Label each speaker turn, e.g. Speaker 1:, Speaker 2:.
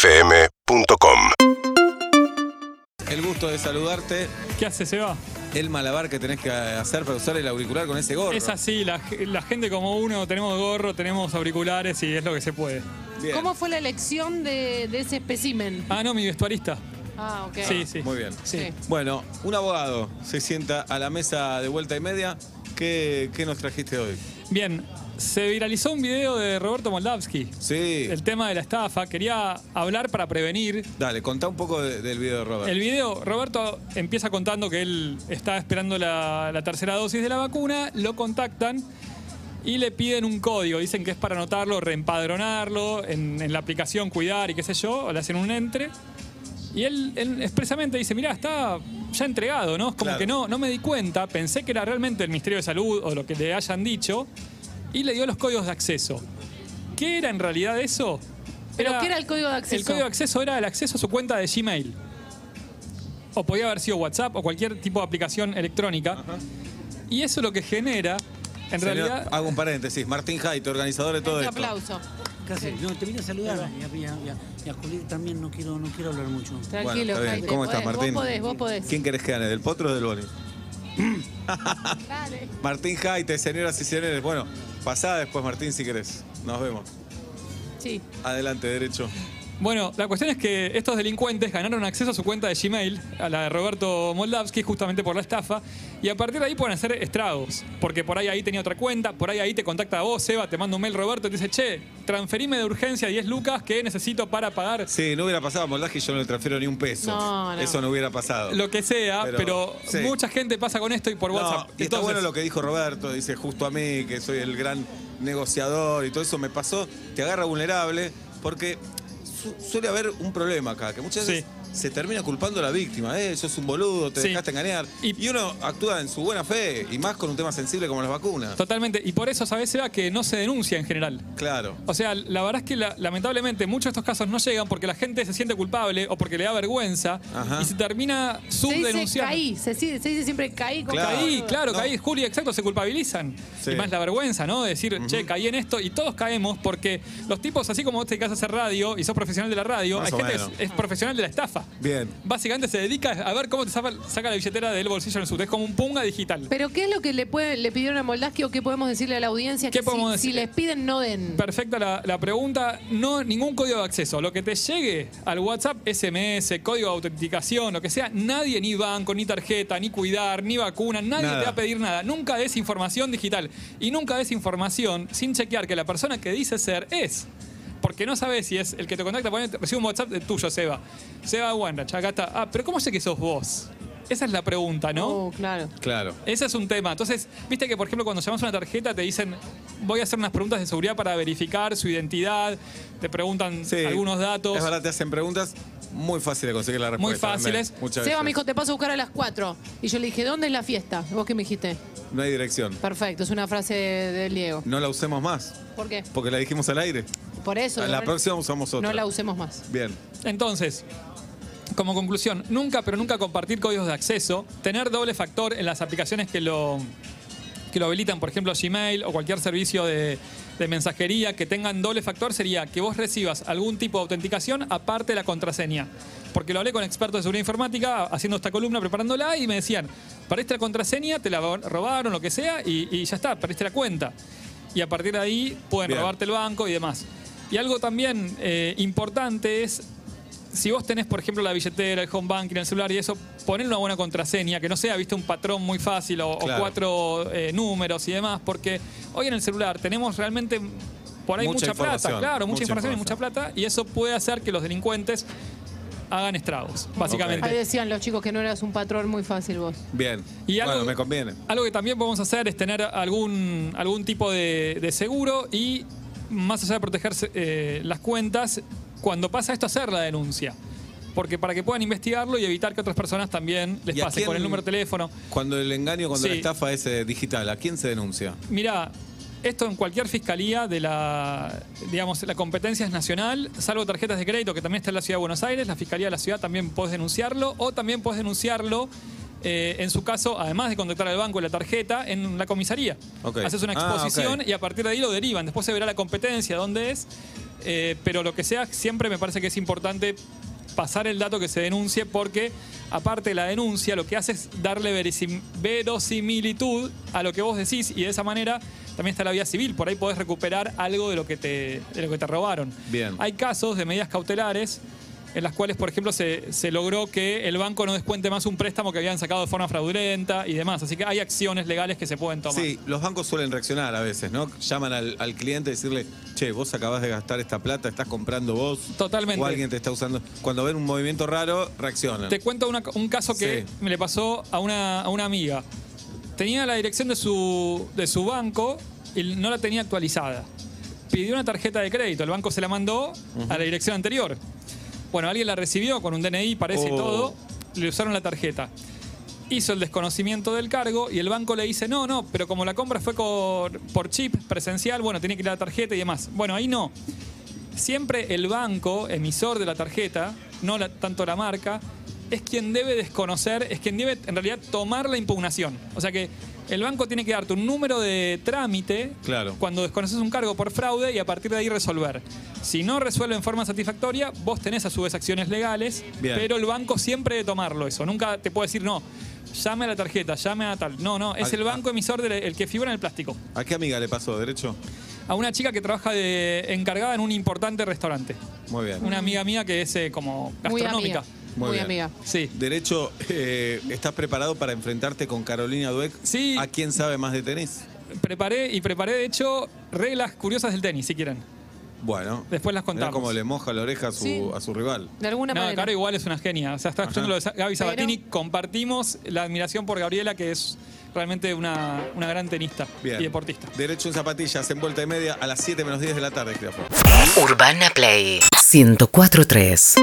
Speaker 1: UrbanaPlayFM.com
Speaker 2: El gusto de saludarte.
Speaker 3: ¿Qué hace, Seba?
Speaker 2: El malabar que tenés que hacer para usar el auricular con ese gorro.
Speaker 3: Es así, la, g- la gente como uno, tenemos gorro, tenemos auriculares y es lo que se puede.
Speaker 2: Bien.
Speaker 4: ¿Cómo fue la elección de, de ese espécimen?
Speaker 3: Ah, no, mi vestuarista.
Speaker 4: Ah, ok.
Speaker 3: Sí, sí.
Speaker 2: Muy bien.
Speaker 3: Sí.
Speaker 2: Bueno, un abogado se sienta a la mesa de vuelta y media. ¿Qué, qué nos trajiste hoy?
Speaker 3: Bien, se viralizó un video de Roberto Moldavsky.
Speaker 2: Sí.
Speaker 3: El tema de la estafa, quería hablar para prevenir.
Speaker 2: Dale, contá un poco de- del video de Robert.
Speaker 3: El video, Roberto empieza contando que él está esperando la, la tercera dosis de la vacuna, lo contactan y le piden un código. Dicen que es para anotarlo, reempadronarlo, en, en la aplicación cuidar y qué sé yo, o le hacen un entre. Y él, él expresamente dice, mirá, está ya entregado, ¿no? Es como
Speaker 2: Claro.
Speaker 3: que no, no me di cuenta, pensé que era realmente el Ministerio de Salud o lo que le hayan dicho, y le dio los códigos de acceso. ¿Qué era en realidad eso?
Speaker 4: ¿Pero qué era el código de
Speaker 3: El
Speaker 4: acceso?
Speaker 3: código de acceso era el acceso a su cuenta de Gmail. O podía haber sido WhatsApp o cualquier tipo de aplicación electrónica. Y eso lo que genera, en
Speaker 2: Señor,
Speaker 3: realidad...
Speaker 2: Hago un paréntesis. Martín Haidt, organizador de todo
Speaker 4: Un
Speaker 2: esto.
Speaker 4: aplauso.
Speaker 5: Casi, no, te vine a saludar y a, y a- y a- y a Juli también no quiero, no quiero hablar mucho.
Speaker 4: Tranquilo,
Speaker 2: está bien.
Speaker 4: Jaite.
Speaker 2: ¿Cómo estás,
Speaker 4: Podés-
Speaker 2: Martín?
Speaker 4: Vos podés, vos podés.
Speaker 2: ¿Quién querés que gane, del potro o del boli?
Speaker 4: Dale.
Speaker 2: Martín Haidt, señoras y señores. Bueno, pasá después, Martín, si querés. Nos vemos.
Speaker 4: Sí.
Speaker 2: Adelante, derecho.
Speaker 3: Bueno, la cuestión es que estos delincuentes ganaron acceso a su cuenta de Gmail, a la de Roberto Moldavsky, justamente por la estafa, y a partir de ahí pueden hacer estragos, porque por ahí ahí tenía otra cuenta, por ahí ahí te contacta a vos, Seba, te manda un mail Roberto, y te dice, che, transferime de urgencia 10 lucas que necesito para pagar
Speaker 2: Sí, no hubiera pasado a Moldaje, yo no le transfiero ni un peso.
Speaker 4: No, no.
Speaker 2: Eso no hubiera pasado.
Speaker 3: lo que sea,
Speaker 2: Pero,
Speaker 3: pero,
Speaker 2: sí.
Speaker 3: mucha gente pasa con esto y por
Speaker 2: No,
Speaker 3: WhatsApp.
Speaker 2: y está
Speaker 3: Entonces,
Speaker 2: bueno lo que dijo Roberto, dice justo a mí, que soy el gran negociador y todo eso me pasó, te agarra vulnerable, porque su- suele haber un problema acá, que muchas veces se termina culpando a la víctima, eh, sos un boludo, te
Speaker 3: Sí.
Speaker 2: dejaste engañar. Y,
Speaker 3: Y-
Speaker 2: uno actúa en su buena fe, y más con un tema sensible como las vacunas.
Speaker 3: Totalmente, y por eso sabes, Seba, que no se denuncia en general.
Speaker 2: Claro.
Speaker 3: O sea, la verdad es que la- lamentablemente muchos de estos casos no llegan porque la gente se siente culpable o porque le da vergüenza
Speaker 2: Ajá.
Speaker 3: y se termina
Speaker 4: Se dice
Speaker 3: subdenunciando.
Speaker 4: caí. Se, si- se dice siempre caí. como
Speaker 2: Claro.
Speaker 3: Caí, claro,
Speaker 2: No.
Speaker 3: caí, Juli, exacto, se culpabilizan.
Speaker 2: Sí.
Speaker 3: Y más la vergüenza, ¿no? De decir, che, caí en esto y todos caemos porque los tipos, así como vos te dedicás a hacer radio y sos profesional de la radio,
Speaker 2: Más
Speaker 3: hay
Speaker 2: o
Speaker 3: gente
Speaker 2: menos.
Speaker 3: que es, es profesional de la estafa.
Speaker 2: Bien.
Speaker 3: Básicamente se dedica a ver cómo te saca, saca la billetera del bolsillo en el sur. Es como un punga digital.
Speaker 4: Pero ¿qué es lo que le, puede- le pidieron a Moldaski o qué podemos decirle a la audiencia?
Speaker 3: ¿Qué
Speaker 4: que si-
Speaker 3: podemos
Speaker 4: si,
Speaker 3: decir?
Speaker 4: les piden, no den.
Speaker 3: Perfecta la, la pregunta. No, ningún código de acceso. Lo que te llegue al WhatsApp, SMS, código de autenticación, lo que sea, nadie, ni banco, ni tarjeta, ni cuidar, ni vacuna, nadie
Speaker 2: Nada.
Speaker 3: te va a pedir nada. Nunca des información digital. Y nunca des información sin chequear que la persona que dice ser es. Porque no sabes si es el que te contacta, ponete, recibe un WhatsApp de tuyo, Seba. Seba Wanda, acá está. Ah, pero ¿cómo sé que sos vos? Esa es la pregunta, ¿no?
Speaker 4: Oh, claro.
Speaker 2: Claro.
Speaker 3: Ese es un tema. Entonces, viste que, por ejemplo, cuando llamas una tarjeta te dicen, voy a hacer unas preguntas de seguridad para verificar su identidad, te preguntan
Speaker 2: Sí.
Speaker 3: algunos datos
Speaker 2: Es verdad, te hacen preguntas muy fáciles de conseguir la respuesta.
Speaker 3: muy fáciles.
Speaker 2: Andrés. Muchas
Speaker 4: Seba
Speaker 2: gracias.
Speaker 4: me dijo, te paso a buscar a las 4. Y yo le dije, ¿dónde es la fiesta? ¿Vos qué me dijiste?
Speaker 2: No hay dirección.
Speaker 4: Perfecto, es una frase de, de Diego.
Speaker 2: No la usemos más,
Speaker 4: ¿Por qué?
Speaker 2: porque la dijimos al aire.
Speaker 4: Por eso.
Speaker 2: A la
Speaker 4: no-
Speaker 2: próxima usamos otra.
Speaker 4: No la usemos más.
Speaker 2: Bien.
Speaker 3: Entonces, como conclusión, nunca, pero nunca compartir códigos de acceso, tener doble factor en las aplicaciones que lo, que lo habilitan, por ejemplo Gmail o cualquier servicio de, de mensajería que tengan doble factor sería que vos recibas algún tipo de autenticación aparte de la contraseña. Porque lo hablé con expertos de seguridad informática haciendo esta columna, preparándola y me decían, perdiste la contraseña, te la robaron, lo que sea, y, y ya está, perdiste la cuenta. Y a partir de ahí pueden
Speaker 2: Bien.
Speaker 3: robarte el banco y demás. Y algo también eh, importante es si vos tenés, por ejemplo, la billetera, el home banking, el celular y eso, poner una buena contraseña, que no sea, viste, un patrón muy fácil o, o
Speaker 2: Claro.
Speaker 3: cuatro eh, números y demás, porque hoy en el celular tenemos realmente por ahí
Speaker 2: Mucha
Speaker 3: mucha,
Speaker 2: información,
Speaker 3: plata, claro, mucha,
Speaker 2: mucha
Speaker 3: información, y
Speaker 2: información.
Speaker 3: mucha plata, y eso puede hacer que los delincuentes hagan estragos, básicamente.
Speaker 4: Ahí decían los chicos que no eras un patrón muy fácil vos.
Speaker 2: Bien.
Speaker 3: Y algo-
Speaker 2: bueno, me conviene.
Speaker 3: Algo que también podemos hacer es tener algún, algún tipo de, de seguro y, más allá de proteger eh, las cuentas, cuando pasa esto, hacer la denuncia. Porque para que puedan investigarlo y evitar que otras personas también les
Speaker 2: ¿Y a
Speaker 3: pase con
Speaker 2: quién-
Speaker 3: el número de teléfono.
Speaker 2: Cuando el engaño, cuando
Speaker 3: Sí.
Speaker 2: la estafa es eh, digital, ¿a quién se denuncia?
Speaker 3: Mirá, esto en cualquier fiscalía de la, digamos, la competencia es nacional, salvo tarjetas de crédito que también está en la Ciudad de Buenos Aires, la Fiscalía de la Ciudad también podés denunciarlo o también podés denunciarlo, eh, en su caso, además de contactar al banco y la tarjeta, en la comisaría.
Speaker 2: Ok.
Speaker 3: Haces una
Speaker 2: Ah,
Speaker 3: exposición
Speaker 2: ok.
Speaker 3: y a partir de ahí lo derivan. Después se verá la competencia, dónde es. eh, pero lo que sea, siempre me parece que es importante pasar el dato que se denuncie porque aparte la denuncia lo que hace es darle verisim- verosimilitud a lo que vos decís y de esa manera también está la vía civil, por ahí podés recuperar algo de lo que te, de lo que te robaron.
Speaker 2: Bien.
Speaker 3: Hay casos de medidas cautelares en las cuales, por ejemplo, se, se logró que el banco no descuente más un préstamo que habían sacado de forma fraudulenta y demás. Así que hay acciones legales que se pueden tomar.
Speaker 2: Sí, los bancos suelen reaccionar a veces, ¿no? Llaman al, al cliente y decirle, che, vos acabás de gastar esta plata, estás comprando vos.
Speaker 3: Totalmente.
Speaker 2: O alguien te está usando. Cuando ven un movimiento raro, reaccionan.
Speaker 3: Te cuento una- un caso que
Speaker 2: Sí.
Speaker 3: me le pasó a una, a una amiga. Tenía la dirección de su, de su banco y no la tenía actualizada. Pidió una tarjeta de crédito, el banco se la mandó a la dirección anterior. Bueno, alguien la recibió con un DNI, parece y
Speaker 2: Oh.
Speaker 3: todo, le usaron la tarjeta. Hizo el desconocimiento del cargo y el banco le dice, no, no, pero como la compra fue cor- por chip presencial, bueno, tiene que ir a la tarjeta y demás. Bueno, ahí no siempre el banco emisor de la tarjeta, no la- tanto la marca, es quien debe desconocer, es quien debe en realidad tomar la impugnación. O sea que el banco tiene que darte un número de trámite
Speaker 2: Claro.
Speaker 3: cuando desconoces un cargo por fraude y a partir de ahí resolver. Si no resuelve en forma satisfactoria, vos tenés a su vez acciones legales,
Speaker 2: Bien.
Speaker 3: pero el banco siempre debe tomarlo eso. Nunca te puede decir, no, llame a la tarjeta, llame a tal. No, no, es
Speaker 2: Al-
Speaker 3: el banco emisor del el que figura en el plástico.
Speaker 2: ¿A qué amiga le pasó? ¿Derecho?
Speaker 3: A una chica que trabaja de encargada en un importante restaurante.
Speaker 2: Muy bien.
Speaker 3: Una amiga mía que es eh, como
Speaker 4: Muy amiga.
Speaker 3: gastronómica.
Speaker 2: Muy
Speaker 4: Muy,
Speaker 2: bien.
Speaker 4: amiga.
Speaker 3: Sí.
Speaker 2: Derecho, eh, ¿estás preparado para enfrentarte con Carolina Dueck?
Speaker 3: Sí.
Speaker 2: ¿A quién sabe más de tenis?
Speaker 3: Preparé y preparé, de hecho, reglas curiosas del tenis, si quieren.
Speaker 2: Bueno.
Speaker 3: Después las
Speaker 2: Mirá
Speaker 3: contamos.
Speaker 2: cómo le moja la oreja a su,
Speaker 4: Sí.
Speaker 2: a su rival.
Speaker 4: De alguna
Speaker 3: No,
Speaker 4: manera.
Speaker 3: Caro igual es una genia. O sea, está escuchando lo de Sa- Gaby
Speaker 4: Pero-
Speaker 3: Sabatini. Compartimos la admiración por Gabriela, que es realmente una, una gran tenista
Speaker 2: Bien.
Speaker 3: y deportista.
Speaker 2: Derecho en zapatillas, en vuelta y media, a las 7 menos 10 de la tarde, Criafo.
Speaker 6: Urbana Play 1043